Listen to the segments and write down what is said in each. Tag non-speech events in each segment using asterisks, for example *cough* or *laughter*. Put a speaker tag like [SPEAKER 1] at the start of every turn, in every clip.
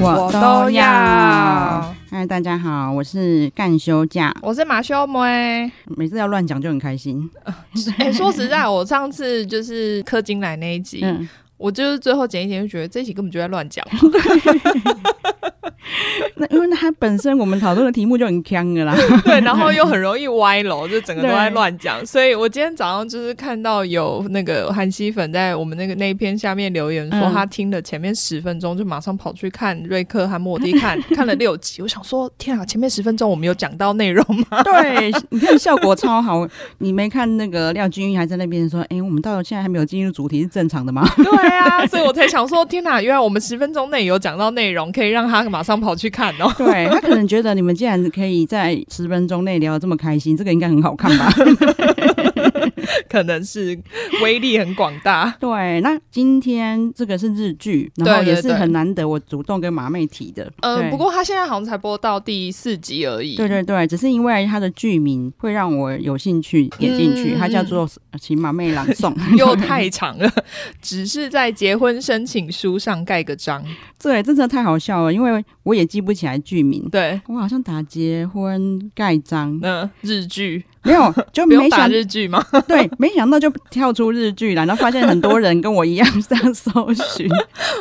[SPEAKER 1] 我都要。
[SPEAKER 2] 嗨，大家好，我是干休假，
[SPEAKER 1] 我是马修梅。
[SPEAKER 2] 每次要乱讲就很开心。
[SPEAKER 1] *laughs* 哎、说实在，我上次就是氪金来那一集，
[SPEAKER 2] 嗯，
[SPEAKER 1] 我就是最后剪一剪，就觉得这一集根本就在乱 *laughs* 讲。
[SPEAKER 2] 那因为它本身我们讨论的题目就很坑 *laughs* 的啦。
[SPEAKER 1] 对，然后又很容易歪楼，就整个都在乱讲。所以我今天早上就是看到有那个韩熙粉在我们那个那一篇下面留言说，
[SPEAKER 2] 嗯
[SPEAKER 1] 他听了前面十分钟就马上跑去看瑞克和莫蒂看看了六集。我想说，天啊，前面十分钟我们有讲到内容吗？
[SPEAKER 2] 对，你看效果超好。你没看那个廖君玉还在那边说，哎、我们到现在还没有进入主题是正常的吗？
[SPEAKER 1] 对
[SPEAKER 2] *laughs*
[SPEAKER 1] 啊，所以我才想说，天哪，原来我们十分钟内有讲到内容，可以让他马上跑去看哦。 *laughs*
[SPEAKER 2] 对他可能觉得你们竟然可以在十分钟内聊得这么开心，这个应该很好 *laughs* 看吧？
[SPEAKER 1] 可能是威力很广大。
[SPEAKER 2] 对，那今天这个是日剧，然后
[SPEAKER 1] 对对
[SPEAKER 2] 也是
[SPEAKER 1] 对
[SPEAKER 2] 很难得我主动跟马妹提的。
[SPEAKER 1] 嗯，
[SPEAKER 2] 对
[SPEAKER 1] 不过他现在好像才播到第四集而已。
[SPEAKER 2] 对对对，只是因为它的剧名会让我有兴趣点进去，
[SPEAKER 1] 嗯
[SPEAKER 2] 它
[SPEAKER 1] 嗯，
[SPEAKER 2] 叫做《请马妹朗诵》
[SPEAKER 1] *laughs* *laughs* 又太长了，只是在结婚申请书上盖个章。
[SPEAKER 2] 对，真的太好笑了，因为我也记不起来剧名。
[SPEAKER 1] 对，
[SPEAKER 2] 我好像打结婚盖章，
[SPEAKER 1] 那日剧
[SPEAKER 2] 没有，就
[SPEAKER 1] 不用
[SPEAKER 2] 没
[SPEAKER 1] 打
[SPEAKER 2] 想
[SPEAKER 1] 日剧吗？ *laughs*
[SPEAKER 2] 对，没想到就跳出日剧来，然后发现很多人跟我一样这样搜寻。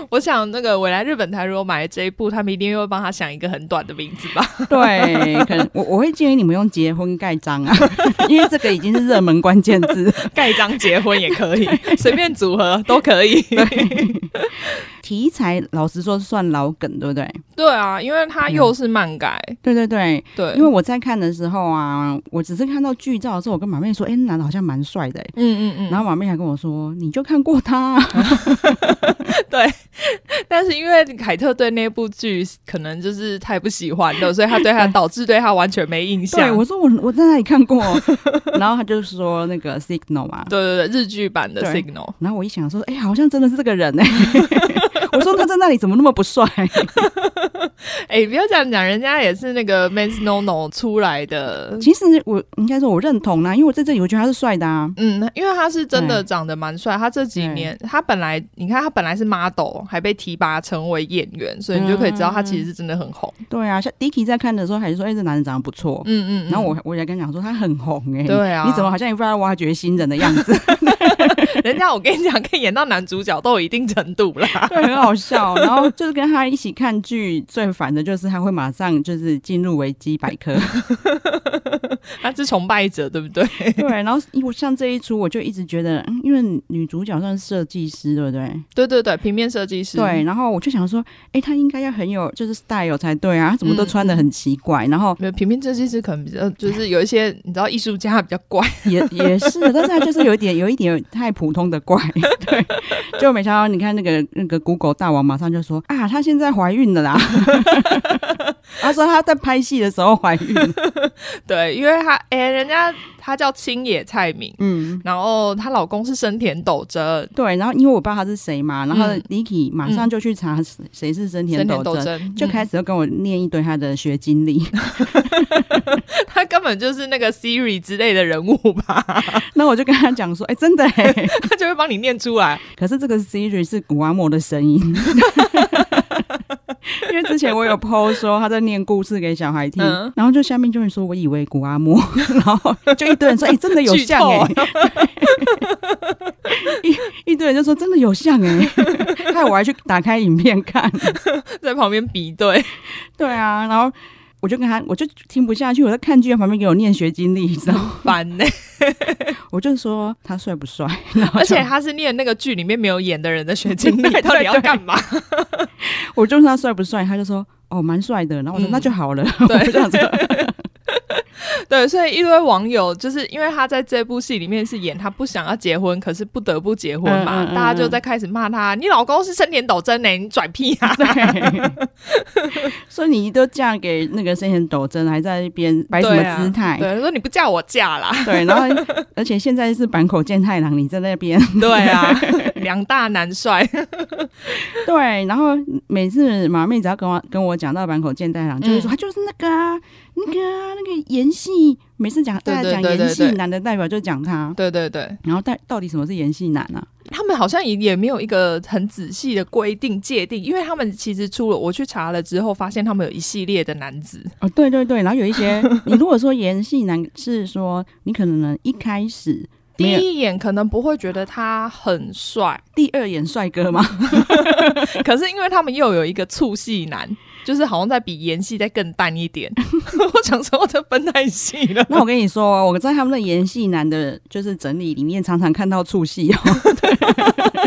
[SPEAKER 1] 我想那个我来日本台如果买了这一部，他们一定会帮他想一个很短的名字吧？ *laughs*
[SPEAKER 2] 对，可能我我会建议你们用结婚盖章啊， *laughs* 因为这个已经是热门关键字。
[SPEAKER 1] 盖章结婚也可
[SPEAKER 2] *laughs*
[SPEAKER 1] 以，随便组合都可以。
[SPEAKER 2] 题材老实说是算老梗，对不对？
[SPEAKER 1] 对啊，因为它又是漫改，
[SPEAKER 2] 对对对，
[SPEAKER 1] 对，
[SPEAKER 2] 因为我在看的时候啊，我只是看到剧照的时候，我跟马妹说：“哎、那男的好像蛮帅的、欸。
[SPEAKER 1] 嗯嗯嗯，
[SPEAKER 2] 然后马妹还跟我说：“你就看过
[SPEAKER 1] *laughs*
[SPEAKER 2] 他、啊。
[SPEAKER 1] 但是因为凯特对那部剧可能就是太不喜欢了，所以他对他导致对他完全没印”象
[SPEAKER 2] 对，。我说我我在那里看过，
[SPEAKER 1] *laughs*
[SPEAKER 2] 然后他就说那个 Signal 嘛，
[SPEAKER 1] 对对对，日剧版的
[SPEAKER 2] 对
[SPEAKER 1] Signal，
[SPEAKER 2] 然后我一想说，哎、好像真的是这个人哎、 *laughs* 我说他在那里怎么那么不
[SPEAKER 1] *laughs*
[SPEAKER 2] 帅？
[SPEAKER 1] 哎、不要这样讲，人家也是那个 Men's No No 出来的，
[SPEAKER 2] 其实我应该说我认同啊啦，因为我在这里我觉得他是帅的啊。
[SPEAKER 1] 嗯，因为他是真的长得蛮帅，他这几年他本来你看他本来是 model，还被提拔成为演员，所以你就可以知道他其实是真的很红，
[SPEAKER 2] 对啊，像 Dicky 在看的时候还是说，哎、这男人长得不错。
[SPEAKER 1] 嗯嗯，嗯
[SPEAKER 2] 然后我我也跟他讲说他很红哎、
[SPEAKER 1] 对啊
[SPEAKER 2] 你怎么好像一副在挖掘新人的样子？
[SPEAKER 1] 人家我跟你讲，可以演到男主角都有一定程度啦，
[SPEAKER 2] 对，很好笑。然后就是跟他一起看剧，最烦的就是他会马上就是进入维基百
[SPEAKER 1] *laughs*
[SPEAKER 2] 科。
[SPEAKER 1] *laughs* 他是崇拜者，对不对？
[SPEAKER 2] 对，然后我像这一出，我就一直觉得，嗯，因为女主角算是设计师，对不对？
[SPEAKER 1] 对对对，平面设计师，
[SPEAKER 2] 对，然后我就想说，哎，她应该要很有就是 style 才对啊，她怎么都
[SPEAKER 1] 嗯
[SPEAKER 2] 穿的很奇怪，然后
[SPEAKER 1] 没有平面设计师可能比较呃就是有一些你知道艺术家比较怪， *laughs*
[SPEAKER 2] 也 *laughs* 也是，但是她就是有一点有一点太普通的怪， *laughs* 对，就没想到你看那个那个 Google 大王马上就说啊，她现在怀孕
[SPEAKER 1] *laughs*
[SPEAKER 2] 了啦，她说她在拍戏的时候怀孕，
[SPEAKER 1] 对，因为她哎、人家她叫青野菜明，
[SPEAKER 2] 嗯。
[SPEAKER 1] 然后她老公是生田斗真，
[SPEAKER 2] 对，然后因为我不知道他是谁嘛，然后
[SPEAKER 1] 嗯
[SPEAKER 2] Niki 马上就去查谁谁是生田
[SPEAKER 1] 生
[SPEAKER 2] 斗
[SPEAKER 1] 田斗
[SPEAKER 2] 真，
[SPEAKER 1] 真嗯
[SPEAKER 2] 就开
[SPEAKER 1] *laughs* 始、
[SPEAKER 2] 始又跟我念一堆他的学经历， *laughs*
[SPEAKER 1] 嗯她根本就是那个 Siri 之类的人物吧， *laughs*
[SPEAKER 2] 那我就跟他讲说，哎、真的哎、
[SPEAKER 1] 她就会帮你念出来，
[SPEAKER 2] 可是这个 Siri 是古阿莫的声音。 *laughs* 因为之前我有 PO 说他在念故事给小孩听，
[SPEAKER 1] 嗯
[SPEAKER 2] 然后就下面就会说我以为古阿莫， *laughs* 然后就一堆人说哎、真的有
[SPEAKER 1] 剧
[SPEAKER 2] 像
[SPEAKER 1] 透
[SPEAKER 2] 哎、 *laughs* 一堆人就说真的有像 *laughs* 哎、害我还去打开影片看，
[SPEAKER 1] 在旁边比对，
[SPEAKER 2] 对啊，然后我就跟他，我就听不下去，我在看剧，他旁边给我念学经历，你知道吗？
[SPEAKER 1] 烦呢、
[SPEAKER 2] *laughs* 我就说他帅不
[SPEAKER 1] *laughs*
[SPEAKER 2] 帅？然后
[SPEAKER 1] 而且
[SPEAKER 2] 就
[SPEAKER 1] 她是念那个剧里面没有演的人的学经
[SPEAKER 2] *laughs*
[SPEAKER 1] 历，
[SPEAKER 2] 对对
[SPEAKER 1] 到底要
[SPEAKER 2] 对
[SPEAKER 1] 干嘛？
[SPEAKER 2] 我就问他帅不帅，他就说哦蛮帅的，然后我说、
[SPEAKER 1] 嗯
[SPEAKER 2] 那就好了，*laughs*
[SPEAKER 1] 对
[SPEAKER 2] 我就
[SPEAKER 1] *laughs*
[SPEAKER 2] 想说
[SPEAKER 1] 对，所以一堆网友就是因为他在这部戏里面是演他不想要结婚，可是不得不结婚嘛，
[SPEAKER 2] 嗯嗯嗯
[SPEAKER 1] 大家就在开始骂他：“你老公是生田斗真呢、你拽屁啊
[SPEAKER 2] *laughs* 对。所以你都嫁给那个深田斗真，还在一边摆什么
[SPEAKER 1] 对啊
[SPEAKER 2] 姿！”态？
[SPEAKER 1] *laughs* 对，说你不嫁我嫁啦。
[SPEAKER 2] 对，然后而且现在是坂口健太郎，你在那边
[SPEAKER 1] 对啊， *laughs* 两大男帅。
[SPEAKER 2] *laughs* 对，然后每次马妹只要跟我跟我讲到坂口健太郎，就会说、
[SPEAKER 1] 嗯
[SPEAKER 2] 他就是那个啊，那个啊，那个演戏，每次讲大家
[SPEAKER 1] 对对
[SPEAKER 2] 讲
[SPEAKER 1] 对
[SPEAKER 2] 演戏
[SPEAKER 1] 对对
[SPEAKER 2] 男的代表就讲他，
[SPEAKER 1] 对对对，
[SPEAKER 2] 然后到到底什么是演戏男啊？
[SPEAKER 1] 他们好像也也没有一个很仔细的规定界定，因为他们其实出了我去查了之后，发现他们有一系列的男子，
[SPEAKER 2] 哦，对对对，然后有一 *laughs* 些你如果说演戏男是说你可能一开始
[SPEAKER 1] 第
[SPEAKER 2] 没有
[SPEAKER 1] 一眼可能不会觉得他很帅，
[SPEAKER 2] 第二眼帅哥嘛，
[SPEAKER 1] 可是因为他们又有一个醋系男，就是好像在比盐系再更淡
[SPEAKER 2] *laughs*
[SPEAKER 1] 一点。我想说，这分太细了。
[SPEAKER 2] *laughs* 那我跟你说哦，我在他们的演戏男的，就是整理里面，常常看到醋戏哦。 *laughs*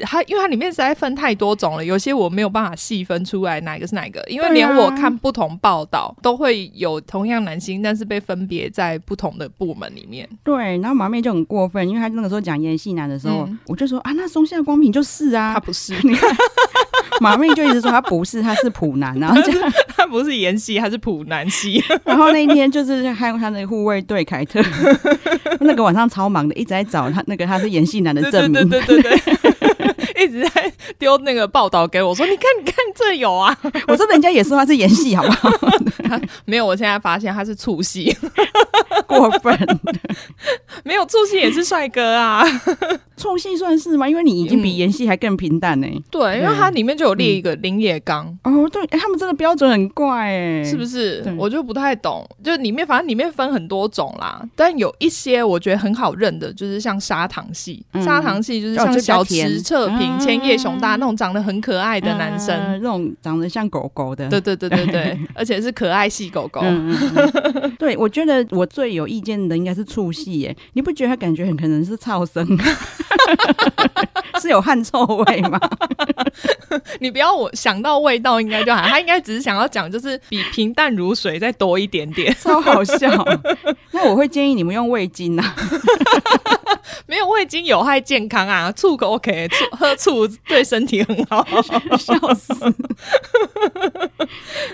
[SPEAKER 1] 它因为它里面实在分太多种了，有些我没有办法细分出来哪一个是哪一个，因为
[SPEAKER 2] 对啊
[SPEAKER 1] 连我看不同报道都会有同样男星，但是被分别在不同的部门里面。
[SPEAKER 2] 对，然后马妹就很过分，因为她那个时候讲演戏男的时候，
[SPEAKER 1] 嗯
[SPEAKER 2] 我就说啊，那松下光平就是
[SPEAKER 1] 他
[SPEAKER 2] 啊。
[SPEAKER 1] 不
[SPEAKER 2] *laughs*
[SPEAKER 1] 是，
[SPEAKER 2] 你看，马妹就一直说他不是，他是普男
[SPEAKER 1] *laughs*
[SPEAKER 2] 啊。这样
[SPEAKER 1] 他不是延系，他是普南系。
[SPEAKER 2] 然后那一天就是还有他的护卫队凯特， *laughs* 那个晚上超忙的，一直在找他那个他是演戏男的
[SPEAKER 1] 对对
[SPEAKER 2] 证
[SPEAKER 1] 对
[SPEAKER 2] 明。
[SPEAKER 1] 对对对， *laughs* 一直在丢那个报道给我说，你看你看这有啊，
[SPEAKER 2] 我说人家也说他是演戏，好不好？
[SPEAKER 1] 没有，我现在发现他是醋系，
[SPEAKER 2] 过分，
[SPEAKER 1] *laughs* 没有醋系也是帅哥啊。
[SPEAKER 2] 臭戏算是吗？因为你已经比演戏还更平淡呢、
[SPEAKER 1] 对，因为它里面就有列一
[SPEAKER 2] 嗯
[SPEAKER 1] 个林野刚。
[SPEAKER 2] 哦，对、哎他们真的标准很怪哎、
[SPEAKER 1] 嗯是不是
[SPEAKER 2] 对？
[SPEAKER 1] 我就不太懂，就里面反正里面分很多种啦，但有一些我觉得很好认的，就是像砂糖系，
[SPEAKER 2] 嗯
[SPEAKER 1] 砂糖系就是
[SPEAKER 2] 哦这
[SPEAKER 1] 像
[SPEAKER 2] 比较
[SPEAKER 1] 小
[SPEAKER 2] 甜
[SPEAKER 1] 池彻平、
[SPEAKER 2] 嗯
[SPEAKER 1] 千叶雄大那种长得很可爱的男生。
[SPEAKER 2] 嗯那种长得像狗狗的。
[SPEAKER 1] 对对对
[SPEAKER 2] *laughs*
[SPEAKER 1] 对对，而且是可爱系狗狗。
[SPEAKER 2] 嗯，嗯嗯对，我觉得我最有意见的应该是醋戏耶，你不觉得他感觉很可能是噪声， *laughs* 是有汗臭味吗？
[SPEAKER 1] 你不要我想到味道应该就还，他应该只是想要讲就是比平淡如水再多一点
[SPEAKER 2] *laughs*
[SPEAKER 1] 点，
[SPEAKER 2] 超好笑。那我会建议你们用味精
[SPEAKER 1] *laughs*
[SPEAKER 2] 啊，
[SPEAKER 1] 没有味精有害健康啊，醋可 OK，醋喝醋对身体很
[SPEAKER 2] *laughs*
[SPEAKER 1] 好。
[SPEAKER 2] 笑死。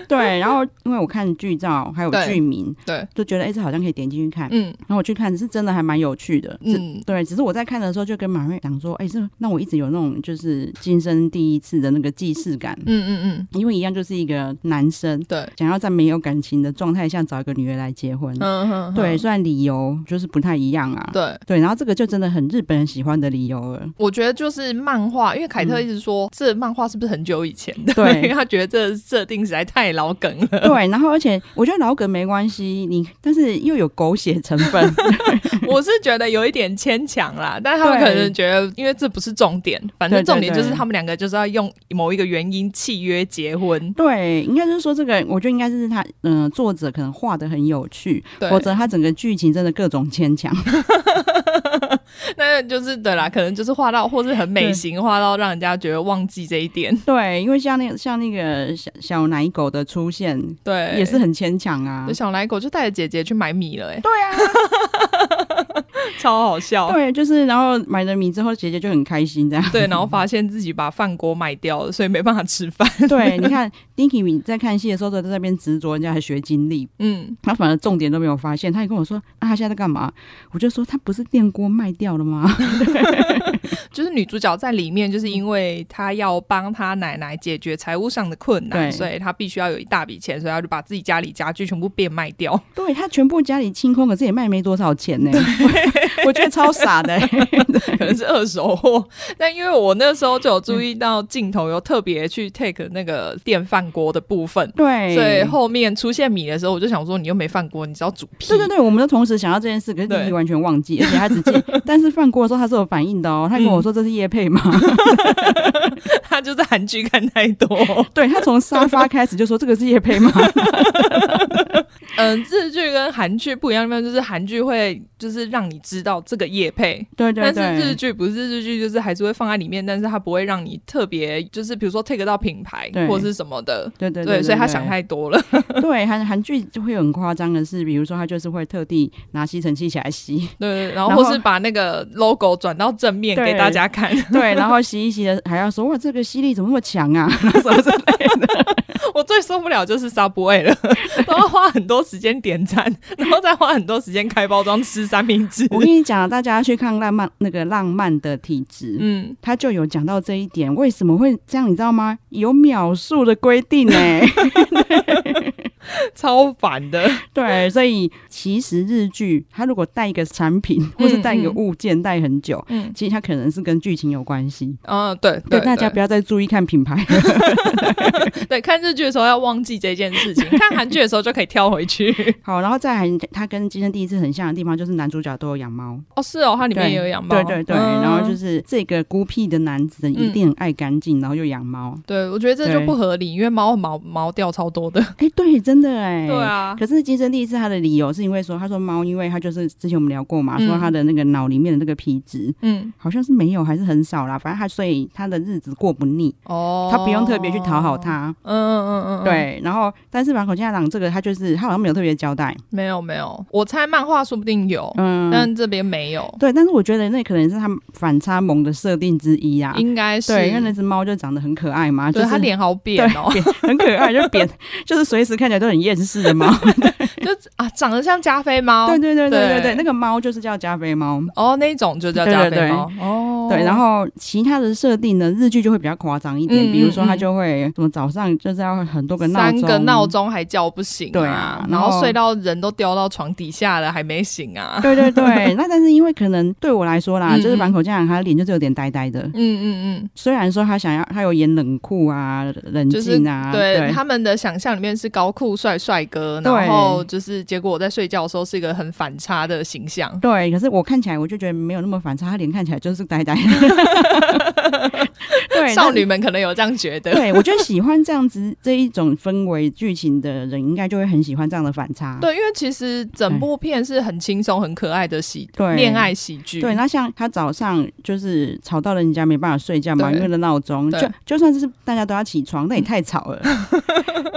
[SPEAKER 2] 对，然后因为我看剧照还有
[SPEAKER 1] 对
[SPEAKER 2] 剧名，
[SPEAKER 1] 对，
[SPEAKER 2] 就觉得哎、这好像可以点进去看。
[SPEAKER 1] 嗯
[SPEAKER 2] 然后我去看，是真的还蛮有趣的。嗯，
[SPEAKER 1] 嗯，
[SPEAKER 2] 对，只是我在看的时候就跟马瑞讲说，哎、这让我一直有那种就是今生第一次的那个既视感，
[SPEAKER 1] 嗯嗯嗯，
[SPEAKER 2] 因为一样就是一个男生
[SPEAKER 1] 对，
[SPEAKER 2] 想要在没有感情的状态下找一个女人来结婚，
[SPEAKER 1] 嗯哼，
[SPEAKER 2] 对，
[SPEAKER 1] 哼
[SPEAKER 2] 虽然理由就是不太一样啊，
[SPEAKER 1] 对，
[SPEAKER 2] 对，然后这个就真的很日本人喜欢的理由了，
[SPEAKER 1] 我觉得就是漫画，因为凯特一直说、这漫画是不是很久以前的？
[SPEAKER 2] 对
[SPEAKER 1] *laughs* 因为他觉得这设定实在太老梗 *laughs* 了。
[SPEAKER 2] *laughs* 对，然后而且我觉得老梗没关系，你但是又有狗血成分， *laughs*
[SPEAKER 1] 我是觉得有一点牵强啦，但他们
[SPEAKER 2] 对
[SPEAKER 1] 可能觉得，因为这不是重点，反正
[SPEAKER 2] 对对
[SPEAKER 1] 重点就是
[SPEAKER 2] 对
[SPEAKER 1] 他们两个就是要用某一个原因契约结婚。
[SPEAKER 2] 对，应该就是说这个，我觉得应该是他，嗯、作者可能画的很有趣，
[SPEAKER 1] 对，
[SPEAKER 2] 否则他整个剧情真的各种牵强。
[SPEAKER 1] *laughs* 那就是对啦，可能就是画到或是很美型，画到让人家觉得忘记这一点。
[SPEAKER 2] *laughs* 对，因为像那像那个小小奶狗的出现，
[SPEAKER 1] 对，
[SPEAKER 2] 也是。很牵强啊。
[SPEAKER 1] 小奶狗就带着姐姐去买米了、欸，
[SPEAKER 2] 对 *laughs* 啊，
[SPEAKER 1] *laughs* 超好笑。
[SPEAKER 2] 对，就是然后买了米之后，姐姐就很开心这样。
[SPEAKER 1] 对，然后发现自己把饭锅卖掉了，所以没办法吃饭。
[SPEAKER 2] *laughs* 对，你看 Dinky 在看戏的时候都在那边执着人家的学经历，
[SPEAKER 1] 嗯，
[SPEAKER 2] 他反而重点都没有发现。他也跟我说啊，他现在在干嘛？我就说他不是电锅卖掉了吗？
[SPEAKER 1] 就是女主角在里面，就是因为她要帮她奶奶解决财务上的困
[SPEAKER 2] 对
[SPEAKER 1] 难，所以她必须要有一大笔钱，所以她就把自己家里家具全部变卖掉。 *laughs*
[SPEAKER 2] 对他全部家里清空，可是也卖没多少钱呢、 *laughs* 我觉得超傻
[SPEAKER 1] *laughs*
[SPEAKER 2] 的、
[SPEAKER 1] 可能是二手货。但因为我那时候就有注意到镜头有特别去 take 那个电饭锅的部分，
[SPEAKER 2] 对，
[SPEAKER 1] 所以后面出现米的时候，我就想说你又没饭锅，你只要煮屁
[SPEAKER 2] 对。对对，我们都同时想到这件事，可是弟弟
[SPEAKER 1] 对
[SPEAKER 2] 完全忘记，而且他只记，
[SPEAKER 1] *laughs*
[SPEAKER 2] 但是饭锅的时候他是有反应的哦，他跟我说这是叶配嘛，
[SPEAKER 1] *laughs* 他就是韩剧看太多。
[SPEAKER 2] 对他从沙发开始就说这个是叶
[SPEAKER 1] *laughs*
[SPEAKER 2] 配嘛，
[SPEAKER 1] 嗯，日剧跟韩剧不一样的地方就是韩剧会就是让你知道这个业配，
[SPEAKER 2] 对对
[SPEAKER 1] 但是日
[SPEAKER 2] 对。
[SPEAKER 1] 剧不是日剧，就是还是会放在里面，但是它不会让你特别，就是比如说 take 到品牌
[SPEAKER 2] 对
[SPEAKER 1] 或是什么的。
[SPEAKER 2] 对对
[SPEAKER 1] 所以他想太多了。 *laughs*
[SPEAKER 2] 对韩韩剧就会有很夸张的是，比如说他就是会特地拿吸尘器起来
[SPEAKER 1] *laughs*
[SPEAKER 2] 吸，
[SPEAKER 1] 对对，对然
[SPEAKER 2] 然
[SPEAKER 1] 后
[SPEAKER 2] 后
[SPEAKER 1] 或是把那个 logo 转到正面
[SPEAKER 2] 对
[SPEAKER 1] 给大家看。啊
[SPEAKER 2] 对，然后吸一吸的还要说哇这个吸力怎么那么强
[SPEAKER 1] *laughs*
[SPEAKER 2] 啊，什么之类的，
[SPEAKER 1] 我最受不了就是 Subway 了，都要花很多时间点餐，然后再花很多时间开包装吃三明治。
[SPEAKER 2] 我跟你讲，大家去看浪漫那个浪漫的体质，
[SPEAKER 1] 嗯，
[SPEAKER 2] 他就有讲到这一 *laughs* 点，为什么会这样，你知道吗？有秒数的规定呢、
[SPEAKER 1] 超烦的。
[SPEAKER 2] 对，所以其实日剧它如果带一个产品或是带一个物件带很久，
[SPEAKER 1] 嗯
[SPEAKER 2] 其实它可能是跟剧情有关系。
[SPEAKER 1] 嗯，对
[SPEAKER 2] 对，大家不
[SPEAKER 1] 要
[SPEAKER 2] 要再注意看品 *laughs* 牌。
[SPEAKER 1] 对看日剧的时候要忘记这件事情，看韩剧的时候就可以跳回去。
[SPEAKER 2] 好，然后再来，它跟《今生第一次》很像的地方就是男主角都有养猫，
[SPEAKER 1] 哦，是哦，它里面
[SPEAKER 2] 对
[SPEAKER 1] 也有养猫，
[SPEAKER 2] 对对对，
[SPEAKER 1] 嗯
[SPEAKER 2] 然后就是这个孤僻的男子一定很爱干净，然后又养猫。
[SPEAKER 1] 对，我觉得这就
[SPEAKER 2] 对
[SPEAKER 1] 不合理，因为猫毛毛掉超多的。
[SPEAKER 2] 哎、对，真的哎、
[SPEAKER 1] 对。啊，
[SPEAKER 2] 可是今生第一次，他的理由是因为说，他说猫，因为他就是之前我们聊过嘛，
[SPEAKER 1] 嗯
[SPEAKER 2] 说他的那个脑里面的那个皮质
[SPEAKER 1] 嗯，
[SPEAKER 2] 好像是没有，还是很少啦。反正他所以他的日子过不腻，
[SPEAKER 1] 哦，
[SPEAKER 2] 他不用特别去讨好他。
[SPEAKER 1] 嗯嗯嗯嗯，嗯，
[SPEAKER 2] 对，然后但是反口家长这个他就是他好像没有特别交代，
[SPEAKER 1] 没有没有，我猜漫画说不定有，
[SPEAKER 2] 嗯，
[SPEAKER 1] 但这边没有，
[SPEAKER 2] 对，但是我觉得那可能是他反差萌的设定之一啊。
[SPEAKER 1] 应该是
[SPEAKER 2] 对，因为那只猫就长得很可爱嘛，就
[SPEAKER 1] 对
[SPEAKER 2] 是
[SPEAKER 1] 它脸好扁哦，
[SPEAKER 2] 扁很可爱，就是扁， *laughs* 就是随时看起来都很厌世的猫。
[SPEAKER 1] 就啊长得像加菲
[SPEAKER 2] *laughs*
[SPEAKER 1] 猫，
[SPEAKER 2] 对对对对对
[SPEAKER 1] 哦对
[SPEAKER 2] 对，那个猫就是叫加菲猫。
[SPEAKER 1] 哦那一种就叫
[SPEAKER 2] 对
[SPEAKER 1] 加
[SPEAKER 2] 对
[SPEAKER 1] 菲猫哦，
[SPEAKER 2] 对，然后其他的设定呢，日剧就会比较夸张一点，
[SPEAKER 1] 嗯
[SPEAKER 2] 比如说它
[SPEAKER 1] 嗯嗯
[SPEAKER 2] 就会什么早上就是要很多个闹
[SPEAKER 1] 三
[SPEAKER 2] 钟，
[SPEAKER 1] 个闹。钟还叫不醒、
[SPEAKER 2] 对
[SPEAKER 1] 啊
[SPEAKER 2] 啊，
[SPEAKER 1] 然
[SPEAKER 2] 然
[SPEAKER 1] 后
[SPEAKER 2] 后
[SPEAKER 1] 睡到人都掉到床底下了还没醒啊，
[SPEAKER 2] 对对对， *laughs* 那但是因为可能对我来说啦，
[SPEAKER 1] 嗯
[SPEAKER 2] 就是
[SPEAKER 1] 嗯
[SPEAKER 2] 坂口健郎他脸就是有点呆呆的，
[SPEAKER 1] 嗯嗯
[SPEAKER 2] 虽然说他想要他有演冷酷啊、冷
[SPEAKER 1] 嗯，就是
[SPEAKER 2] 静啊，
[SPEAKER 1] 对
[SPEAKER 2] 对
[SPEAKER 1] 他们的想象里面是高酷帅帅哥，
[SPEAKER 2] 对
[SPEAKER 1] 然后就是结果我在睡觉的时候是一个很反差的形象，
[SPEAKER 2] 对，可是我看起来我就觉得没有那么反差，他脸看起来就是呆呆的。
[SPEAKER 1] *laughs*
[SPEAKER 2] 对，
[SPEAKER 1] 少
[SPEAKER 2] 那
[SPEAKER 1] 女们可能有这样觉得。
[SPEAKER 2] 对，啊我觉得喜欢这样子这一种氛围剧情的人，应该就会很喜欢这样的反差。
[SPEAKER 1] 对，因为其实整部片是很轻松、很可爱的喜
[SPEAKER 2] 对
[SPEAKER 1] 恋爱喜剧。
[SPEAKER 2] 对，那像他早上就是吵到人家没办法睡觉嘛，
[SPEAKER 1] 对
[SPEAKER 2] 因为的闹钟，
[SPEAKER 1] 对嗯
[SPEAKER 2] 就就算是大家都要起床，那也太吵了。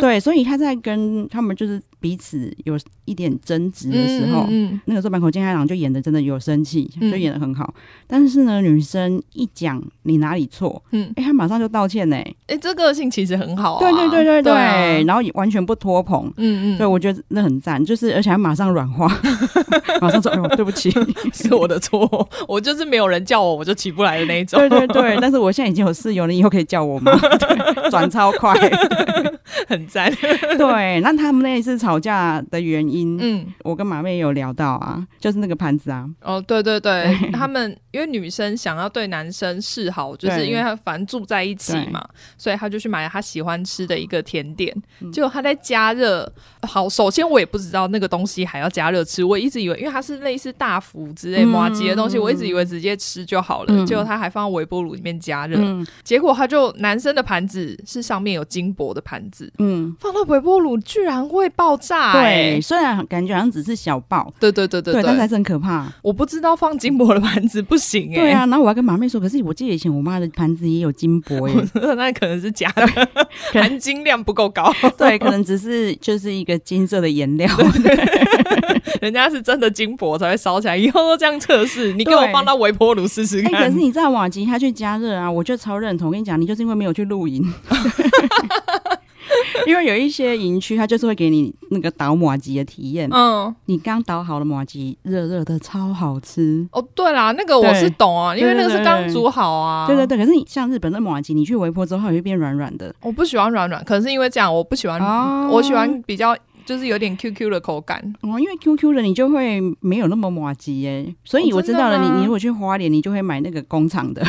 [SPEAKER 2] 对，所以他在跟他们就是彼此有一点争执的时候。
[SPEAKER 1] 嗯嗯
[SPEAKER 2] 那个时候，坂口健太郎就演的真的有生气，
[SPEAKER 1] 嗯
[SPEAKER 2] 就演的很好。但是呢，女生一讲你哪里错，
[SPEAKER 1] 嗯，
[SPEAKER 2] 哎、他马上就道歉呢、
[SPEAKER 1] 哎、这个性其实很好、啊。
[SPEAKER 2] 对对对对对，
[SPEAKER 1] 啊
[SPEAKER 2] 然后也完全不拖棚。
[SPEAKER 1] 嗯嗯，
[SPEAKER 2] 对，我觉得那很赞，就是而且还马上软化， *laughs* 马上说：“哎呦，对不起。
[SPEAKER 1] *laughs* 是我的错，我就是没有人叫我，我就起不来的那一”种。
[SPEAKER 2] 对对对，但是我现在已经有室友了，你以后可以叫我吗？对转超
[SPEAKER 1] *laughs*
[SPEAKER 2] 快。
[SPEAKER 1] *laughs* 很赞。
[SPEAKER 2] 对，那他们那一次吵架的原因，
[SPEAKER 1] 嗯，
[SPEAKER 2] 我跟马妹也有聊到啊，就是那个盘子啊，
[SPEAKER 1] 哦，对对对，他们因为女生想要对男生示好，就是
[SPEAKER 2] 对
[SPEAKER 1] 因为他反正住在一起嘛，所以他就去买了他喜欢吃的一个甜点。
[SPEAKER 2] 嗯
[SPEAKER 1] 结果他在加热，好，首先我也不知道那个东西还要加热吃，我一直以为因为它是类似大福之类
[SPEAKER 2] 嗯
[SPEAKER 1] 麻吉的东西，我一直以为直接吃就好了，
[SPEAKER 2] 嗯
[SPEAKER 1] 结果他还放微波炉里面加热，
[SPEAKER 2] 嗯
[SPEAKER 1] 结果他就男生的盘子是上面有金箔的盘子。
[SPEAKER 2] 嗯，
[SPEAKER 1] 放到微波炉居然会爆炸、
[SPEAKER 2] 对，
[SPEAKER 1] 欸！
[SPEAKER 2] 虽然感觉好像只是小爆，
[SPEAKER 1] 对对对对
[SPEAKER 2] 但是还是很可怕。
[SPEAKER 1] 我不知道放金箔的盘子不行哎、
[SPEAKER 2] 对啊，然后我还跟马妹说，可是我记得以前我妈的盘子也有金箔
[SPEAKER 1] *laughs*
[SPEAKER 2] 耶，
[SPEAKER 1] 那可能是假的，含金量不够高。
[SPEAKER 2] 对，可能只是就是一个金色的颜料，
[SPEAKER 1] *laughs* 人家是真的金箔才会烧起来，以后都这样测试。你给
[SPEAKER 2] 对
[SPEAKER 1] 我放到微波炉试试
[SPEAKER 2] 哎、可
[SPEAKER 1] 看。
[SPEAKER 2] 是你知道瓦吉他去加热啊，我就超认同。我跟你讲，你就是因为没有去露营， *laughs* 因为有一些营区，它就是会给你那个倒马吉的体验。
[SPEAKER 1] 嗯，
[SPEAKER 2] 你刚倒好了马吉，热热的，超好吃。
[SPEAKER 1] 哦，对啦，那个我是懂啊，因为那个是刚煮好啊。
[SPEAKER 2] 对对对，可是你像日本的马吉，你去微波之后，它也会变软软的。
[SPEAKER 1] 我不喜欢软软，可能是因为这样，我不喜欢，
[SPEAKER 2] 哦
[SPEAKER 1] 嗯我喜欢比较就是有点 QQ 的口感。
[SPEAKER 2] 哦，因为 QQ 的你就会没有那么马吉耶，所以
[SPEAKER 1] 哦
[SPEAKER 2] 我知道了
[SPEAKER 1] 真
[SPEAKER 2] 你。
[SPEAKER 1] 的吗
[SPEAKER 2] 你如果去花莲，你就会买那个工厂的，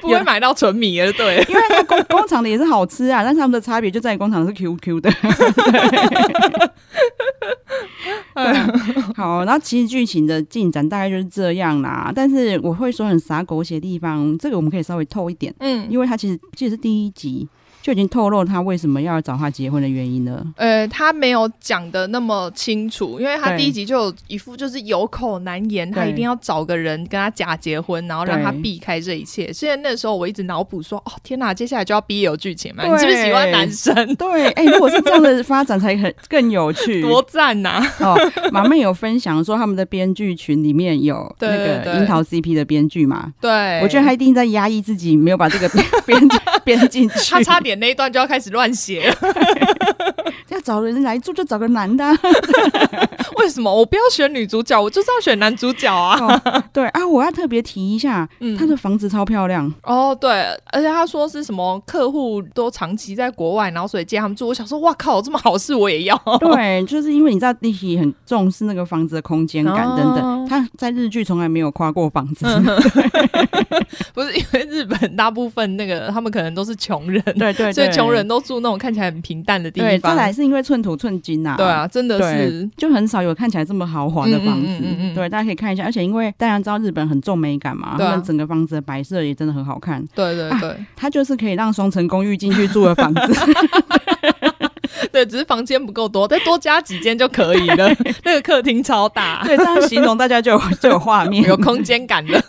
[SPEAKER 1] 不会买到纯米的，对。
[SPEAKER 2] 因为那工工厂的也是好吃啊， *laughs* 但是他们的差别就在于工厂是 QQ 的。 *laughs*
[SPEAKER 1] *laughs*
[SPEAKER 2] 对啊，好，然后其实剧情的进展大概就是这样啦。但是我会说很洒狗血的地方，这个我们可以稍微透一点，
[SPEAKER 1] 嗯，
[SPEAKER 2] 因为他其实记得是第一集就已经透露他为什么要找他结婚的原因
[SPEAKER 1] *laughs*
[SPEAKER 2] 了。
[SPEAKER 1] 呃，他没有讲的那么清楚，因为他
[SPEAKER 2] 对
[SPEAKER 1] 第一集就有一副就是有口难言，他
[SPEAKER 2] 对
[SPEAKER 1] 一定要找个人跟他假结婚，然后让
[SPEAKER 2] 对
[SPEAKER 1] 他避开这一切。虽然那时候我一直脑补说，哦天哪，接下来就要 BL 剧情嘛，
[SPEAKER 2] 对
[SPEAKER 1] 你是不是喜欢男 *laughs* 生？
[SPEAKER 2] 对，哎、如果是这样的发展才很更有趣。
[SPEAKER 1] *laughs* 多赞呐、
[SPEAKER 2] 哦，马妹有分享说他们的编剧群里面有那
[SPEAKER 1] 对对对
[SPEAKER 2] 个樱桃 CP 的编剧嘛，
[SPEAKER 1] 对，
[SPEAKER 2] 我觉得他一定在压抑自己，没有把这个 *laughs* 编编编进去。*laughs*
[SPEAKER 1] *laughs* 他差点那一段就要 *laughs* 开始乱写了， *laughs*
[SPEAKER 2] 要找人来做，就找个男的啊、
[SPEAKER 1] 为为什么我不要选女主角，我就是要选男主角啊？
[SPEAKER 2] 哦对啊，我要特别提一下，
[SPEAKER 1] 嗯
[SPEAKER 2] 他的房子超漂亮，
[SPEAKER 1] *laughs* 哦，对，而且他说是什么客户都长期在国外，然后所以借他们住。我想说，哇靠，这么好事我也要。
[SPEAKER 2] 对，就是因为你知道立体很重视那个房子的空间感
[SPEAKER 1] 哦嗯
[SPEAKER 2] 等等，他在日剧从来没有夸过房子，
[SPEAKER 1] 不是因为日本大部分那个他们可能都是穷人，
[SPEAKER 2] *laughs* 对对对，
[SPEAKER 1] 所以穷人都住那种看起来很平淡的地
[SPEAKER 2] 对，再
[SPEAKER 1] 方。
[SPEAKER 2] 来是因为寸土寸金呐、
[SPEAKER 1] 对，啊，真的
[SPEAKER 2] 对
[SPEAKER 1] 是，
[SPEAKER 2] 就很少有看起来这么豪华的房子，
[SPEAKER 1] 嗯嗯嗯嗯嗯
[SPEAKER 2] 对，大家可以看一下，而且因为大家知道日本很重美感嘛，
[SPEAKER 1] 对啊
[SPEAKER 2] 他们整个房子的摆设也真的很好看，
[SPEAKER 1] 对对对
[SPEAKER 2] 它就是可以让双层公寓进去住的房子，
[SPEAKER 1] 对，只是房间不够多，再多加几间就可以
[SPEAKER 2] *laughs*
[SPEAKER 1] 了。那个客厅超大，
[SPEAKER 2] 对，这样形容大家 *laughs* 就有就有画面，
[SPEAKER 1] 有空间感
[SPEAKER 2] *laughs*
[SPEAKER 1] 的。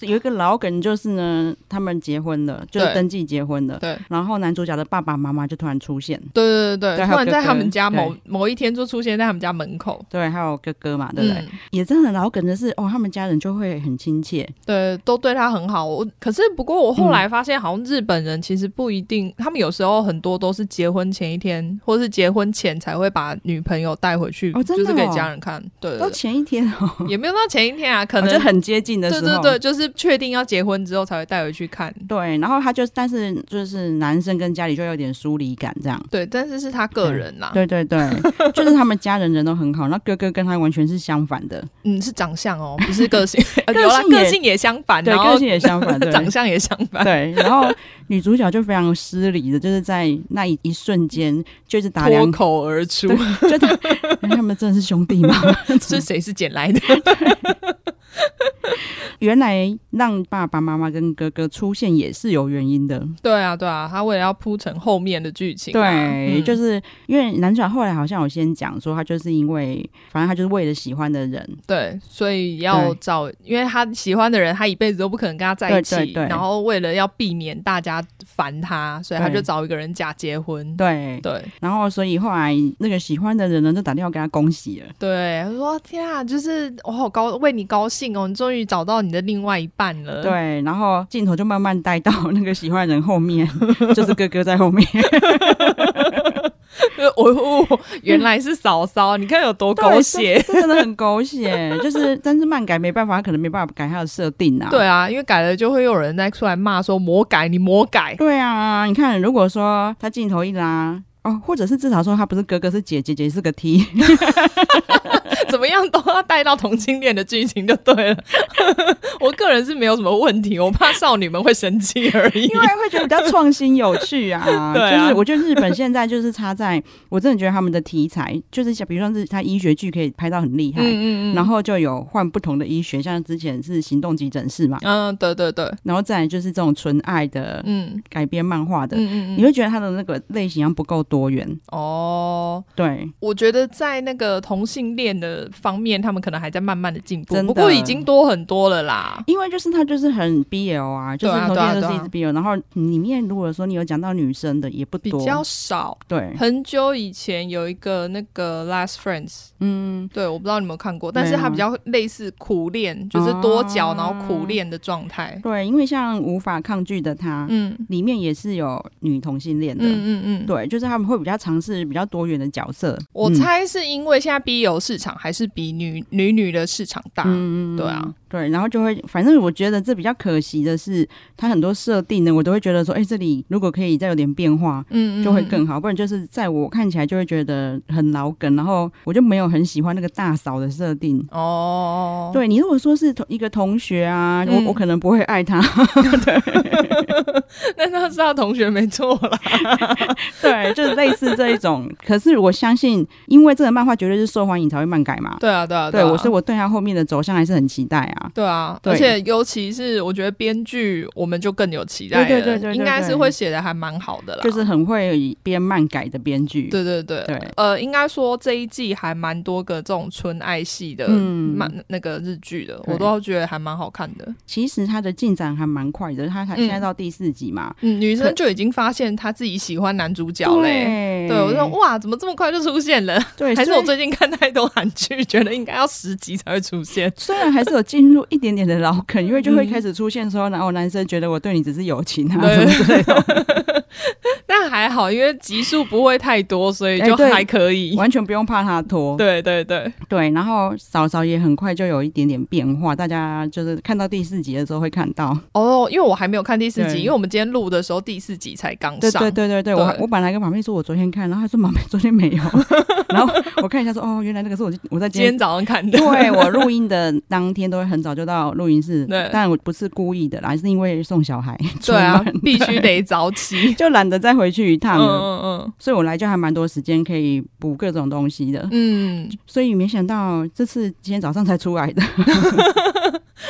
[SPEAKER 2] 有一个老梗就是呢，他们结婚了，就是
[SPEAKER 1] 对
[SPEAKER 2] 登记结婚了，
[SPEAKER 1] 对
[SPEAKER 2] 然后男主角的爸爸妈妈就突然出现，
[SPEAKER 1] 对对
[SPEAKER 2] 对
[SPEAKER 1] 对对，
[SPEAKER 2] 还
[SPEAKER 1] 突
[SPEAKER 2] 有
[SPEAKER 1] 然
[SPEAKER 2] 哥
[SPEAKER 1] 在他们
[SPEAKER 2] 哥
[SPEAKER 1] 家某
[SPEAKER 2] 对
[SPEAKER 1] 某一天就出现在他们家门口。
[SPEAKER 2] 对，还有哥哥嘛，对不对？
[SPEAKER 1] 嗯，
[SPEAKER 2] 也真的老梗的是，哦，他们家人就会很亲切，
[SPEAKER 1] 对，都对他很好。我可是不过我后来发现，好像日本人其实不一定，他们有时候很多都是结婚前一天，或是结婚前才会把女朋友带回去，
[SPEAKER 2] 哦真的
[SPEAKER 1] 就是给
[SPEAKER 2] 哦
[SPEAKER 1] 家人看。对
[SPEAKER 2] 到
[SPEAKER 1] 对
[SPEAKER 2] 前一天哦，
[SPEAKER 1] 对，也没有到前一天啊，可
[SPEAKER 2] 我
[SPEAKER 1] 能、
[SPEAKER 2] 就很接近的时
[SPEAKER 1] 对
[SPEAKER 2] 候，
[SPEAKER 1] 对对，就是确定要结婚之后才会带回去看。
[SPEAKER 2] 对，然后他就，但是就是男生跟家里就有点疏离感这样。
[SPEAKER 1] 对，但是是他个人啦，
[SPEAKER 2] 对对对，就是他们家人人都很好，那哥哥跟他完全是相反的，
[SPEAKER 1] 嗯，是长相
[SPEAKER 2] *laughs*
[SPEAKER 1] 哦，不是个性，呃
[SPEAKER 2] 个
[SPEAKER 1] 有啦，
[SPEAKER 2] 性也
[SPEAKER 1] 个性也相反，
[SPEAKER 2] 对，
[SPEAKER 1] 然
[SPEAKER 2] 个
[SPEAKER 1] 后。
[SPEAKER 2] 性也相反，对
[SPEAKER 1] *laughs* 长相也相反，
[SPEAKER 2] 对，然后女主角就非常失礼的，就是在那一一瞬间，就是打量
[SPEAKER 1] 脱，口而出，
[SPEAKER 2] 就打，哎他们真的是兄弟吗？
[SPEAKER 1] *laughs*
[SPEAKER 2] *laughs*
[SPEAKER 1] 是谁是捡来的？ *laughs*
[SPEAKER 2] 原来让爸爸妈妈跟哥哥出现也是有原因的，
[SPEAKER 1] 对啊，对啊，他为了要铺成后面的剧情
[SPEAKER 2] 对，
[SPEAKER 1] 啊，嗯
[SPEAKER 2] 就是因为男主角后来好像有先讲说，他就是因为，反正他就是为了喜欢的人，
[SPEAKER 1] 对，所以要
[SPEAKER 2] 对
[SPEAKER 1] 找，因为他喜欢的人，他一辈子都不可能跟他在一起。
[SPEAKER 2] 对对对
[SPEAKER 1] 然后为了要避免大家烦他，所以他
[SPEAKER 2] 对
[SPEAKER 1] 就找一个人假结婚。
[SPEAKER 2] 对，
[SPEAKER 1] 对
[SPEAKER 2] 然后所以后来那个喜欢的人呢，就打电话给他恭喜了。
[SPEAKER 1] 对，他说：“天啊，就是我好高，为你高兴哦，你终于找到你的另外一半了。”，
[SPEAKER 2] 对，然后镜头就慢慢带到那个喜欢的人后面， *laughs* 就是哥哥在后面，
[SPEAKER 1] 我、 *laughs* 哦、原来是嫂嫂，你看有多狗血。
[SPEAKER 2] 对，这这真的很狗血。就是，但是漫改没办法，他可能没办法改他的设定啊。
[SPEAKER 1] 对啊，因为改了就会有人在出来骂说魔改，你魔改。
[SPEAKER 2] 对啊，你看，如果说他镜头一拉，哦，或者是至少说他不是哥哥是姐姐，姐姐是个
[SPEAKER 1] *laughs*
[SPEAKER 2] T，
[SPEAKER 1] 怎么样都要带到同性恋的剧情就对了。 *laughs* 我个人是没有什么问题，我怕少女们会生气而已
[SPEAKER 2] 因。为会觉得比较创新有趣啊。
[SPEAKER 1] 对啊
[SPEAKER 2] 就是我觉得日本现在就是差在，我真的觉得他们的题材就是像，比如说是他医学剧可以拍到很厉害，
[SPEAKER 1] 嗯
[SPEAKER 2] 然后就有换不同的医学，像之前是行动急诊室嘛，
[SPEAKER 1] 嗯，对对对，
[SPEAKER 2] 然后再来就是这种纯爱的
[SPEAKER 1] 嗯
[SPEAKER 2] 改编漫画
[SPEAKER 1] 嗯
[SPEAKER 2] 的，
[SPEAKER 1] 嗯
[SPEAKER 2] 你
[SPEAKER 1] 嗯，
[SPEAKER 2] 会觉得它的那个类型好像不够多元。
[SPEAKER 1] 哦，
[SPEAKER 2] 对，
[SPEAKER 1] 我觉得在那个同性恋的方面，他们可能还在慢慢的进步
[SPEAKER 2] 真，的
[SPEAKER 1] 不过已经多很多了啦。
[SPEAKER 2] 因为就是它就是很 BL 啊，就
[SPEAKER 1] 对
[SPEAKER 2] 是
[SPEAKER 1] 啊
[SPEAKER 2] 头
[SPEAKER 1] 对啊
[SPEAKER 2] 天都是
[SPEAKER 1] 对
[SPEAKER 2] 一
[SPEAKER 1] 啊
[SPEAKER 2] 直 BL，、然后里面如果说你有讲到女生的也不
[SPEAKER 1] 比
[SPEAKER 2] 多，
[SPEAKER 1] 较少，
[SPEAKER 2] 对，
[SPEAKER 1] 很久以前有一个那个 Last Friends，
[SPEAKER 2] 嗯，
[SPEAKER 1] 对，我不知道你有没有看过，
[SPEAKER 2] 没有
[SPEAKER 1] 但是它比较类似苦恋，就是多角然后苦恋的状态。
[SPEAKER 2] 对，因为像无法抗拒的她，
[SPEAKER 1] 嗯
[SPEAKER 2] 里面也是有女同性恋的。
[SPEAKER 1] 嗯嗯嗯，
[SPEAKER 2] 对，就是他们会比较尝试比较多元的角色。
[SPEAKER 1] 我
[SPEAKER 2] 嗯
[SPEAKER 1] 猜是因为现在 BL 市场还是比女女女的市场大，
[SPEAKER 2] 嗯
[SPEAKER 1] 对啊，
[SPEAKER 2] 对，然后就会，反正我觉得这比较可惜的是，它很多设定呢，我都会觉得说，哎、这里如果可以再有点变化，
[SPEAKER 1] 嗯
[SPEAKER 2] 就会更好。不然就是在我看起来就会觉得很老梗，然后我就没有很喜欢那个大嫂的设定。
[SPEAKER 1] 哦，
[SPEAKER 2] 对你如果说是同一个同学啊，
[SPEAKER 1] 嗯
[SPEAKER 2] 我我可能不会爱
[SPEAKER 1] *laughs*
[SPEAKER 2] 他。
[SPEAKER 1] 那那是他同学没错啦，
[SPEAKER 2] *laughs* 对，就是类似这一种。 *laughs* 可是我相信，因为这个漫画绝对是受欢迎才会漫改嘛。
[SPEAKER 1] *laughs* 对啊对啊
[SPEAKER 2] 对，
[SPEAKER 1] 啊
[SPEAKER 2] 我所以我对他后面的走向还是很期待啊。
[SPEAKER 1] 对啊，
[SPEAKER 2] 对
[SPEAKER 1] 而且尤其是我觉得编剧我们就更有期待了，
[SPEAKER 2] 对对对对对
[SPEAKER 1] 应该是会写的还蛮好的啦，
[SPEAKER 2] 就是很会编漫改的编剧。
[SPEAKER 1] 啊对对对。
[SPEAKER 2] 对
[SPEAKER 1] 呃，应该说这一季还蛮多个这种纯爱系的
[SPEAKER 2] 嗯
[SPEAKER 1] 漫、那个日剧的，
[SPEAKER 2] 对
[SPEAKER 1] 我都觉得还蛮好看的。
[SPEAKER 2] 其实它的进展还蛮快的，它才
[SPEAKER 1] 嗯
[SPEAKER 2] 现在到第四集嘛。
[SPEAKER 1] 嗯，女
[SPEAKER 2] 可
[SPEAKER 1] 生就已经发现她自己喜欢男主角嘞。
[SPEAKER 2] 对
[SPEAKER 1] 对，我就说哇，怎么这么快就出现了？
[SPEAKER 2] 对，
[SPEAKER 1] 还是
[SPEAKER 2] 虽
[SPEAKER 1] 我
[SPEAKER 2] 然
[SPEAKER 1] 最近看太多韩剧，觉得应该要十集才会出现。
[SPEAKER 2] 虽然还是有进入一点点的老梗，因为
[SPEAKER 1] 嗯
[SPEAKER 2] 就会开始出现说，然后男生觉得我对你只是友情啊什么
[SPEAKER 1] 对
[SPEAKER 2] 之类的。
[SPEAKER 1] 但但还好，因为集数不会太多，所以
[SPEAKER 2] 哎
[SPEAKER 1] 就
[SPEAKER 2] 对
[SPEAKER 1] 还可以。
[SPEAKER 2] 完全不用怕它脱。
[SPEAKER 1] 对对对，
[SPEAKER 2] 对，然后嫂嫂也很快就有一点点变化，大家就是看到第四集的时候会看到。
[SPEAKER 1] 哦，因为我还没有看第四集，
[SPEAKER 2] 对
[SPEAKER 1] 因为我们今天录的时候第四集才刚
[SPEAKER 2] 对
[SPEAKER 1] 上。
[SPEAKER 2] 对对对对，我还
[SPEAKER 1] 对
[SPEAKER 2] 我本来跟马妹说我昨天看，然后她说马妹昨天没
[SPEAKER 1] *laughs*
[SPEAKER 2] 有，然后我看一下说哦，原来那个是我我在今
[SPEAKER 1] 今
[SPEAKER 2] 天
[SPEAKER 1] 天早上看的。
[SPEAKER 2] 对我录音的当天都会很早就到录音室
[SPEAKER 1] 对，
[SPEAKER 2] 但我不是故意的啦，是因为送小孩出
[SPEAKER 1] *laughs* 对啊
[SPEAKER 2] 门，
[SPEAKER 1] 必须得早
[SPEAKER 2] *laughs*
[SPEAKER 1] 起。
[SPEAKER 2] 就懒得再回去一趟
[SPEAKER 1] 嗯
[SPEAKER 2] 了，
[SPEAKER 1] 嗯
[SPEAKER 2] 所以我来就还蛮多时间可以补各种东西的，
[SPEAKER 1] 嗯，嗯，
[SPEAKER 2] 所以没想到这次今天早上才出来的。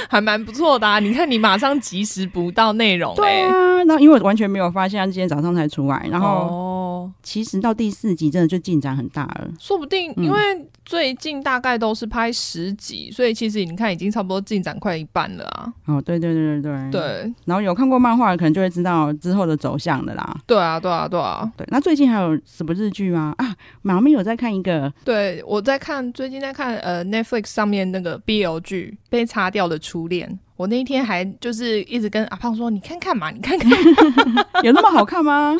[SPEAKER 1] 还蛮不错的啊！你看，你马上及时补到内容、
[SPEAKER 2] 对
[SPEAKER 1] 欸，
[SPEAKER 2] 啊，然后因为我完全没有发现，今天早上才出来，然后
[SPEAKER 1] 哦，
[SPEAKER 2] 其实到第四集真的就进展很大了。
[SPEAKER 1] 说不定
[SPEAKER 2] 嗯
[SPEAKER 1] 因为最近大概都是拍十集，所以其实你看已经差不多进展快一半了啊。
[SPEAKER 2] 哦，对对对对对。
[SPEAKER 1] 对，
[SPEAKER 2] 然后有看过漫画的可能就会知道之后的走向的啦。
[SPEAKER 1] 对啊，对啊，对啊，
[SPEAKER 2] 对，那最近还有什么日剧吗？啊，马妹有在看一
[SPEAKER 1] *laughs*
[SPEAKER 2] 个，
[SPEAKER 1] 对我在看最近在看呃 Netflix 上面那个 BL 剧《被擦掉的初恋》，我那一天还就是一直跟阿胖说：“你看看嘛，你看看。”
[SPEAKER 2] *laughs* 有那么好看吗？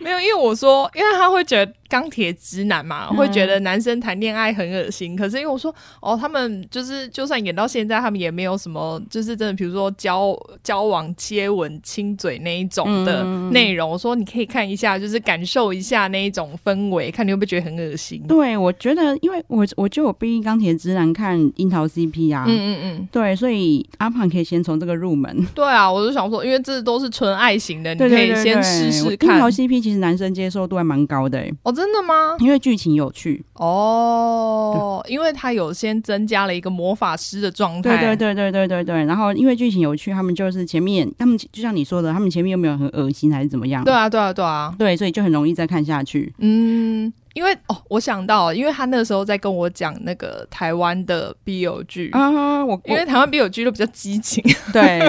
[SPEAKER 1] 没有，因为我说，因为他会觉得钢铁直男嘛，
[SPEAKER 2] 嗯
[SPEAKER 1] 会觉得男生谈恋爱很恶心。可是因为我说，哦，他们就是就算演到现在，他们也没有什么，就是真的，比如说交交往、接吻、亲嘴那一种的
[SPEAKER 2] 嗯
[SPEAKER 1] 内容。我说你可以看一下，就是感受一下那一种氛围，看你会不会觉得很恶心。
[SPEAKER 2] 对，我觉得，因为我我就有逼钢铁直男看樱桃 CP 啊。
[SPEAKER 1] 嗯嗯嗯，
[SPEAKER 2] 对，所以阿胖可以先从这个入门，
[SPEAKER 1] 对啊，我就想说，因为这都是纯爱型的，你
[SPEAKER 2] 对
[SPEAKER 1] 可
[SPEAKER 2] 对
[SPEAKER 1] 以
[SPEAKER 2] 对
[SPEAKER 1] 先
[SPEAKER 2] 对
[SPEAKER 1] 试试
[SPEAKER 2] 樱
[SPEAKER 1] 看。
[SPEAKER 2] 桃 CP 其实男生接受度还蛮高的、欸，
[SPEAKER 1] 哦，真的吗？
[SPEAKER 2] 因为剧情有趣。
[SPEAKER 1] 哦，因为他有先增加了一个魔法师的状态。
[SPEAKER 2] 对对对对对对对。然后因为剧情有趣，他们就是前面他们就像你说的，他们前面又没有很恶心还是怎么样？
[SPEAKER 1] 对啊，对啊，对啊，
[SPEAKER 2] 对，所以就很容易再看下去。
[SPEAKER 1] 嗯，因为哦，我想到，因为他那个时候在跟我讲那个台湾的 BL 剧，
[SPEAKER 2] 啊，我
[SPEAKER 1] 因为台湾 BL 剧都比较激情，
[SPEAKER 2] 我对， *laughs*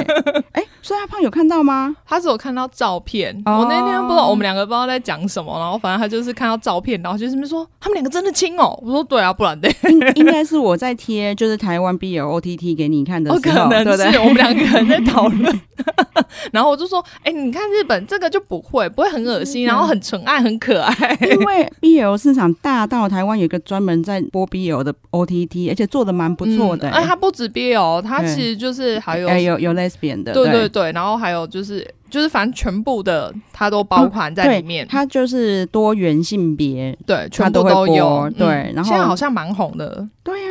[SPEAKER 2] 哎、所以阿胖有看到吗？
[SPEAKER 1] *laughs* 他只有看到照片，
[SPEAKER 2] 哦
[SPEAKER 1] 我那天不知道我们两个不知道在讲什么，然后反正他就是看到照片，然后就是说他们两个真的亲哦，我说对啊，不然的，
[SPEAKER 2] 应应该是我在贴就是台湾 BL OTT 给你看的
[SPEAKER 1] 我
[SPEAKER 2] 时
[SPEAKER 1] 哦可
[SPEAKER 2] 候，
[SPEAKER 1] 能
[SPEAKER 2] 对不
[SPEAKER 1] 是
[SPEAKER 2] 对？
[SPEAKER 1] 我们两个人在讨论， *laughs* 然后我就说，哎、你看日本这个就不会，不会很恶
[SPEAKER 2] 嗯
[SPEAKER 1] 心，然后很纯爱，很可爱，
[SPEAKER 2] 因为 BL 市场大到台湾有一个专门在播 BL 的 OTT，而且做的蛮不错的、
[SPEAKER 1] 嗯哎、他不止 BL，他
[SPEAKER 2] 对
[SPEAKER 1] 其实就是还有
[SPEAKER 2] 哎、有有 lesbian 的，
[SPEAKER 1] 对对
[SPEAKER 2] 对
[SPEAKER 1] 对，然后还有就是就是反正全部的它都包含在里面，
[SPEAKER 2] 哦它就是多元性别。
[SPEAKER 1] 对，全部
[SPEAKER 2] 都会播
[SPEAKER 1] 有。
[SPEAKER 2] 对
[SPEAKER 1] 嗯
[SPEAKER 2] 然后
[SPEAKER 1] 现在好像蛮红的
[SPEAKER 2] 对啊，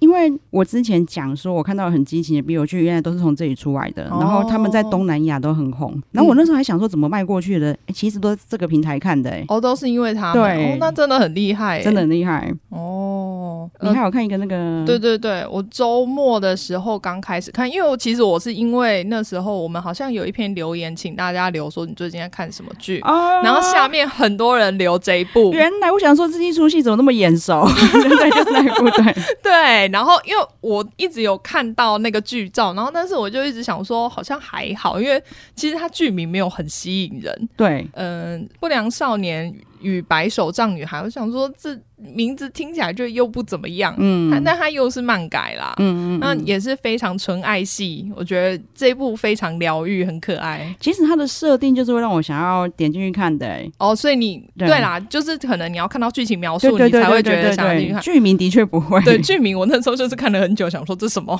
[SPEAKER 2] 因为我之前讲说，我看到很激情的 BL 剧，原来都是从这里出来的，
[SPEAKER 1] 哦嗯
[SPEAKER 2] 然后他们在东南亚都很红。然后我那时候还想说，怎么卖过去的？哎其实都是这个平台看的、哎、
[SPEAKER 1] 哦，都是因为他们，
[SPEAKER 2] 对
[SPEAKER 1] 哦、那真的很厉害，欸
[SPEAKER 2] 真的很厉害。
[SPEAKER 1] 哦。
[SPEAKER 2] 你
[SPEAKER 1] 呃
[SPEAKER 2] 还有看一个那个，
[SPEAKER 1] 对对对，我周末的时候刚开始看，因为我其实我是因为那时候我们好像有一篇留言，请大家留说你最近在看什么剧，
[SPEAKER 2] 哦，
[SPEAKER 1] 然后下面很多人留这一部，
[SPEAKER 2] 原来我想说这一出戏怎么那么眼
[SPEAKER 1] *laughs*
[SPEAKER 2] 熟？对，就是那一部对，
[SPEAKER 1] 对，然后因为我一直有看到那个剧照，然后但是我就一直想说好像还好，因为其实它剧名没有很吸引人，
[SPEAKER 2] 对
[SPEAKER 1] 嗯、不良少年与白手杖女孩，我想说这名字听起来就又不怎么样，
[SPEAKER 2] 嗯
[SPEAKER 1] 它但它又是漫改啦，
[SPEAKER 2] 嗯嗯
[SPEAKER 1] 那
[SPEAKER 2] 嗯。
[SPEAKER 1] 也是非常纯爱系，我觉得这一部非常疗愈，很可爱。
[SPEAKER 2] 其实它的设定就是会让我想要点进去看的、欸，
[SPEAKER 1] 哦，所以你
[SPEAKER 2] 对
[SPEAKER 1] 对啦，就是可能你要看到剧情描
[SPEAKER 2] 对
[SPEAKER 1] 述，
[SPEAKER 2] 对
[SPEAKER 1] 哦你
[SPEAKER 2] 对
[SPEAKER 1] 才
[SPEAKER 2] 对
[SPEAKER 1] 会觉得
[SPEAKER 2] 对
[SPEAKER 1] 想要进去
[SPEAKER 2] 对，
[SPEAKER 1] 看。
[SPEAKER 2] 剧名的确不会，
[SPEAKER 1] 对剧名，我那时候就是看了很久，想说这什么？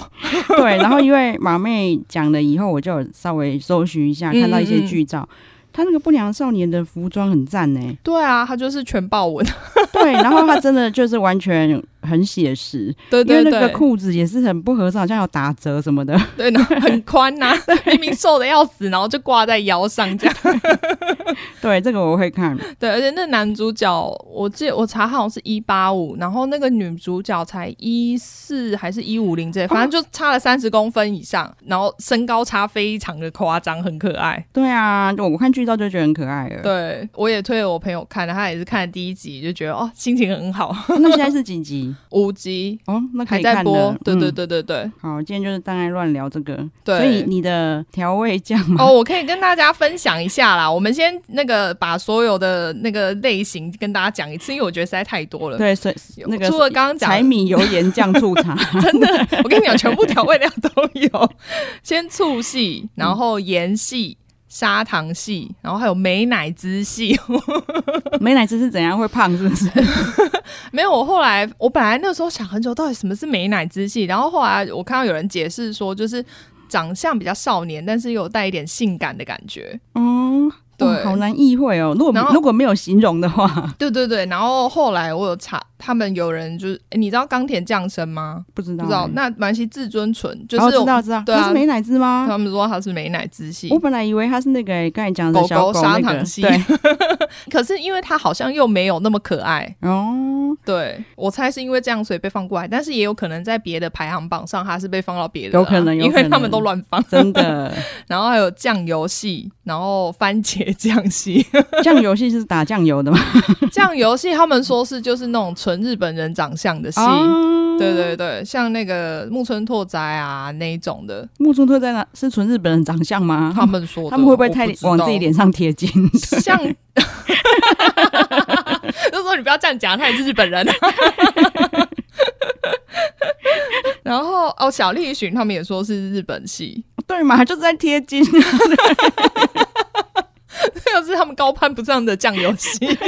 [SPEAKER 2] 对。然后因为马妹讲了以后，我就有稍微搜寻一下，
[SPEAKER 1] 嗯
[SPEAKER 2] 看到一些
[SPEAKER 1] 嗯
[SPEAKER 2] 剧照。他那个不良少年的服装很赞呢、欸
[SPEAKER 1] 对啊，它就是全豹纹。
[SPEAKER 2] 对，然后他真的就是完全很写实，
[SPEAKER 1] *laughs* 对对
[SPEAKER 2] 因为
[SPEAKER 1] 对，
[SPEAKER 2] 那个裤子也是很不合适，好像有打折什么的，
[SPEAKER 1] 对，然后很宽 *laughs* 呐、明明瘦的要死，然后就挂在腰上这样。
[SPEAKER 2] 对，这个我会看，
[SPEAKER 1] 对，而且那男主角，我记得我查好像是一八五，然后那个女主角才一四还是一五零这，反正就差了三十公分以上，然后身高差非常的夸张，很可爱。
[SPEAKER 2] 对啊，我看剧照就觉得很可爱了。
[SPEAKER 1] 对，我也推了我朋友看了，他也是看了第一集就觉得哦，心情很好。
[SPEAKER 2] 那现在是几集？
[SPEAKER 1] 五集
[SPEAKER 2] 哦，那可
[SPEAKER 1] 还
[SPEAKER 2] 以
[SPEAKER 1] 在
[SPEAKER 2] 看
[SPEAKER 1] 播
[SPEAKER 2] 了。，
[SPEAKER 1] 对对
[SPEAKER 2] 嗯
[SPEAKER 1] 对对对。
[SPEAKER 2] 好，今天就是当爱乱聊这个，
[SPEAKER 1] 对
[SPEAKER 2] 所以你的调味酱嘛，
[SPEAKER 1] 哦，我可以跟大家分享一下啦。我们先那个把所有的那个类型跟大家讲一次，因为我觉得实在太多了。
[SPEAKER 2] 对，所以
[SPEAKER 1] 有，
[SPEAKER 2] 那个
[SPEAKER 1] 除了刚刚讲
[SPEAKER 2] 柴米油盐酱醋茶， *laughs*
[SPEAKER 1] 真的，我跟你讲，全部调味料都有。先醋系，然后盐系、砂糖系，然后还有美乃滋系。 *laughs*
[SPEAKER 2] 美乃滋是怎样会胖？是不是？
[SPEAKER 1] 没有，我后来我本来那时候想很久，到底什么是美乃滋系，然后后来我看到有人解释说，就是长相比较少年，但是又带一点性感的感觉。
[SPEAKER 2] 哦，
[SPEAKER 1] 对
[SPEAKER 2] 哇好难意会哦。如
[SPEAKER 1] 然
[SPEAKER 2] 果
[SPEAKER 1] 后
[SPEAKER 2] 如果没有形容的话， *laughs*
[SPEAKER 1] 对对对，然后后来我有查，他们有人就是，诶你知道钢铁降生吗？
[SPEAKER 2] 不知道
[SPEAKER 1] 不
[SPEAKER 2] 欸。
[SPEAKER 1] 知道，那蛮西至尊纯就
[SPEAKER 2] 哦
[SPEAKER 1] 是
[SPEAKER 2] 知
[SPEAKER 1] 我
[SPEAKER 2] 道知哦道，
[SPEAKER 1] 对啊
[SPEAKER 2] 它是美乃滋吗？
[SPEAKER 1] 他们说他是美乃滋系
[SPEAKER 2] 我。本来以为它是那个欸刚才讲的
[SPEAKER 1] 狗
[SPEAKER 2] 小
[SPEAKER 1] 狗
[SPEAKER 2] 狗
[SPEAKER 1] 砂
[SPEAKER 2] 那个
[SPEAKER 1] 糖系
[SPEAKER 2] 对，
[SPEAKER 1] *laughs* 可是因为他好像又没有那么可爱，
[SPEAKER 2] 哦，
[SPEAKER 1] 对我猜是因为这样所以被放过来，但是也有可能在别的排行榜上他是被放到别的啦，啊
[SPEAKER 2] 有可能有
[SPEAKER 1] 因
[SPEAKER 2] 可
[SPEAKER 1] 为
[SPEAKER 2] 能
[SPEAKER 1] 他们都乱放。 *laughs*
[SPEAKER 2] 真的，
[SPEAKER 1] 然后还有酱油系，然后番茄酱系， *laughs*
[SPEAKER 2] 酱油系是打酱油的嘛？
[SPEAKER 1] 酱油系他们说是就是那种纯日本人长相的系。
[SPEAKER 2] 哦
[SPEAKER 1] 对对对，像那个木村拓哉啊那一种的，
[SPEAKER 2] 木村拓哉呢是纯日本人长相吗？
[SPEAKER 1] 他们说的
[SPEAKER 2] 哦他们会不会太
[SPEAKER 1] 我知道
[SPEAKER 2] 往自己脸上贴金？ *laughs*
[SPEAKER 1] *laughs* 像？就说你不要这样讲，他也是日本人。 *laughs* 然后哦，小栗旬他们也说是日本系， *laughs*
[SPEAKER 2] 对嘛，就是在贴金。
[SPEAKER 1] 这个是他们高攀不上的酱油系。 *laughs*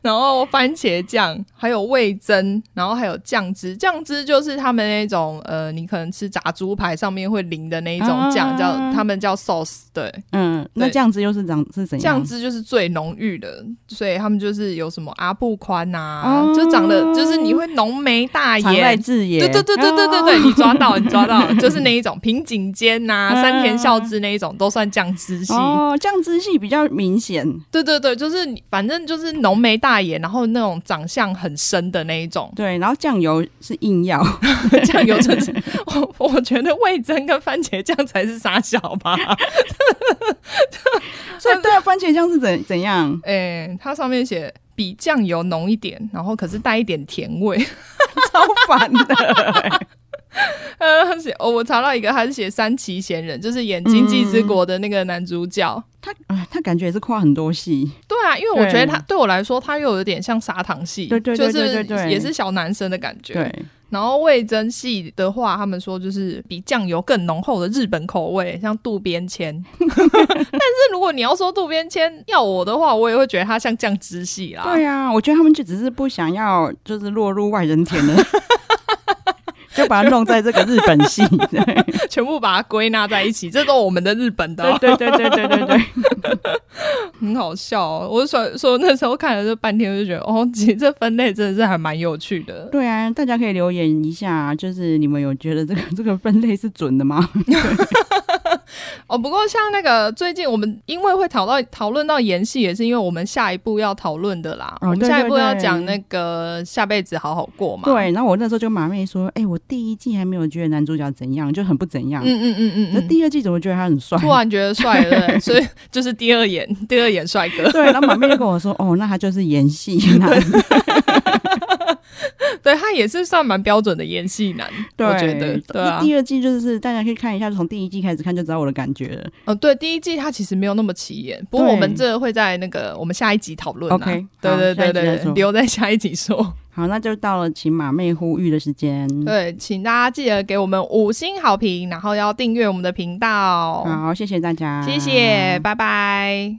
[SPEAKER 1] 然后番茄酱，还有味增，然后还有酱汁。酱汁就是他们那种呃，你可能吃炸猪排上面会淋的那一种酱，
[SPEAKER 2] 啊
[SPEAKER 1] 叫他们叫 sauce。对，
[SPEAKER 2] 嗯，那
[SPEAKER 1] 对
[SPEAKER 2] 酱汁又是长是怎样？
[SPEAKER 1] 酱汁就是最浓郁的，所以他们就是有什么阿布宽呐、
[SPEAKER 2] 哦
[SPEAKER 1] 就长得就是你会浓眉大
[SPEAKER 2] 常在
[SPEAKER 1] 眼。
[SPEAKER 2] 字眼。
[SPEAKER 1] 对哎对对对对对对，
[SPEAKER 2] 哦
[SPEAKER 1] 你抓到，你抓到，就是那一种平井间呐、
[SPEAKER 2] 嗯
[SPEAKER 1] 山田孝之那一种都算酱汁系。
[SPEAKER 2] 哦，酱汁系比较明显。。
[SPEAKER 1] 对对对，就是你，反正就是浓眉大眼，然后那种长相很深的那一种
[SPEAKER 2] 对，然后酱油是硬要，
[SPEAKER 1] 酱油真是，我我觉得味增跟番茄酱才是傻小吧。
[SPEAKER 2] *laughs* 所以对啊，番茄酱是怎怎样？ *laughs*
[SPEAKER 1] 诶、它上面写比酱油浓一点，然后可是带一点甜味，超
[SPEAKER 2] 反的， *laughs*
[SPEAKER 1] 呃，他写 *laughs* 哦，我查到一个，他是写三崎贤人，就是演《经济之国》的那个男主角。
[SPEAKER 2] 他啊，他感觉也是跨很多戏。
[SPEAKER 1] 对啊，因为我觉得他
[SPEAKER 2] 对
[SPEAKER 1] 对我来说，他又有点像砂糖系，
[SPEAKER 2] 对对对对对
[SPEAKER 1] 就是
[SPEAKER 2] 对
[SPEAKER 1] 也是小男生的感觉。，
[SPEAKER 2] 对，
[SPEAKER 1] 然后味增系的话，他们说就是比酱油更浓厚的日本口味，像渡边谦。 *laughs* 但是如果你要说渡边谦要我的话，我也会觉得他像酱汁系啦。
[SPEAKER 2] 对啊，我觉得他们就只是不想要，就是落入外人田的， *laughs* 就把它弄在这个日本
[SPEAKER 1] *laughs*
[SPEAKER 2] 戏。对
[SPEAKER 1] 全部把它归纳在一起，这都我们的日本的哦、
[SPEAKER 2] 对对对对对对，
[SPEAKER 1] 很好笑、哦，我所说那时候看了这半天，我就觉得哦， *laughs* 其实这分类真的是还蛮有趣的。
[SPEAKER 2] 对啊，大家可以留言一下，啊就是你们有觉得这个 *laughs* 这个分类是准的吗？
[SPEAKER 1] 哦，不过像那个最近我们因为会讨到讨论到演戏，也是因为我们下一步要讨论的啦。
[SPEAKER 2] 哦
[SPEAKER 1] 我们
[SPEAKER 2] 对
[SPEAKER 1] 下一步
[SPEAKER 2] 对
[SPEAKER 1] 要
[SPEAKER 2] 对
[SPEAKER 1] 讲那个下辈子好好过嘛。，
[SPEAKER 2] 对，啊然后我那时候就跟马妹说，哎、我第一季还没有觉得男主角怎样，就很不怎样。
[SPEAKER 1] 嗯嗯嗯嗯
[SPEAKER 2] 那
[SPEAKER 1] 嗯。
[SPEAKER 2] 第二季怎么觉得他很帅？
[SPEAKER 1] 突然觉得帅了，对不
[SPEAKER 2] *laughs*
[SPEAKER 1] 对所以就是第二眼，第二眼帅哥。
[SPEAKER 2] 对，然后马妹就跟我说，哦，那他就是演戏
[SPEAKER 1] *laughs*
[SPEAKER 2] 男。
[SPEAKER 1] 对他也是算蛮标准的演戏男，
[SPEAKER 2] 对，
[SPEAKER 1] 我觉得对
[SPEAKER 2] 那
[SPEAKER 1] 啊。
[SPEAKER 2] 第二季就是大家可以看一下，从第一季开始看就知道我的感觉了。
[SPEAKER 1] 呃，对，第一季他其实没有那么起眼，不过
[SPEAKER 2] 对
[SPEAKER 1] 我们这会在那个我们下一集讨论啊。
[SPEAKER 2] OK，
[SPEAKER 1] 对
[SPEAKER 2] 好
[SPEAKER 1] 对
[SPEAKER 2] 下一
[SPEAKER 1] 对
[SPEAKER 2] 集再
[SPEAKER 1] 对，
[SPEAKER 2] 说
[SPEAKER 1] 留在下一集说。
[SPEAKER 2] 好，那就到了请马妹呼吁的时间。
[SPEAKER 1] 对，请大家记得给我们五星好评，然后要订阅我们的频道。
[SPEAKER 2] 好，谢谢大家，
[SPEAKER 1] 谢谢，拜拜。